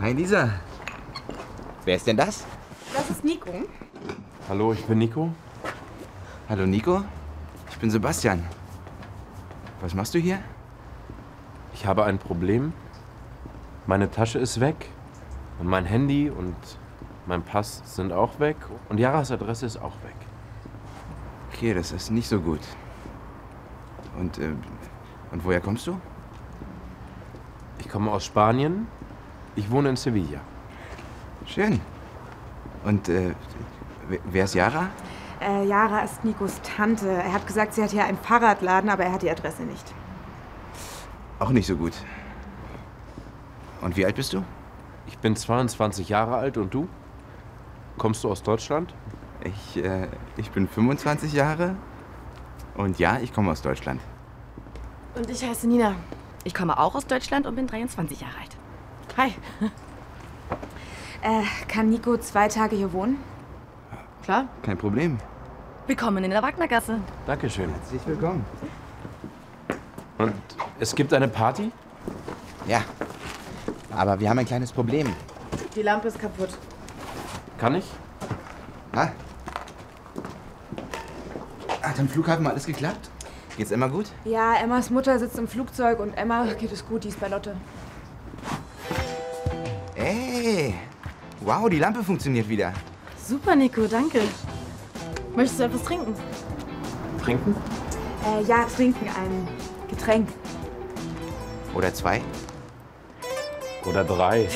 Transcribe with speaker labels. Speaker 1: Hi Lisa. Wer ist denn das?
Speaker 2: Das ist Nico.
Speaker 3: Hallo, ich bin Nico.
Speaker 1: Hallo Nico. Ich bin Sebastian. Was machst du hier?
Speaker 3: Ich habe ein Problem. Meine Tasche ist weg. Und mein Handy und mein Pass sind auch weg. Und Jaras Adresse ist auch weg.
Speaker 1: Okay, das ist nicht so gut. Und, äh, und woher kommst du?
Speaker 3: Ich komme aus Spanien. Ich wohne in Sevilla.
Speaker 1: Schön. Und äh, wer- wer ist Yara?
Speaker 2: Äh, Yara ist Nikos Tante. Er hat gesagt, sie hat hier einen Fahrradladen, aber er hat die Adresse nicht.
Speaker 1: Auch nicht so gut. Und wie alt bist du?
Speaker 3: Ich bin 22 Jahre alt und du? Kommst du aus Deutschland?
Speaker 1: Ich, äh, ich bin 25 Jahre. Und ja, ich komme aus Deutschland.
Speaker 4: Und ich heiße Nina. Ich komme auch aus Deutschland und bin 23 Jahre alt. Hi.
Speaker 2: Äh, kann Nico zwei Tage hier wohnen?
Speaker 4: Klar.
Speaker 1: Kein Problem.
Speaker 4: Willkommen in der Wagnergasse.
Speaker 3: Dankeschön.
Speaker 1: Herzlich willkommen.
Speaker 3: Und es gibt eine Party?
Speaker 1: Ja. Aber wir haben ein kleines Problem.
Speaker 2: Die Lampe ist kaputt.
Speaker 3: Kann ich?
Speaker 1: Ha? Hat am Flughafen alles geklappt? Geht's immer gut?
Speaker 2: Ja, Emmas Mutter sitzt im Flugzeug und Emma geht es gut, die ist bei Lotte.
Speaker 1: Ey! Wow, die Lampe funktioniert wieder.
Speaker 4: Super, Nico, danke. Möchtest du etwas trinken?
Speaker 3: Trinken?
Speaker 2: Äh, ja, trinken ein Getränk.
Speaker 1: Oder zwei?
Speaker 3: Oder drei?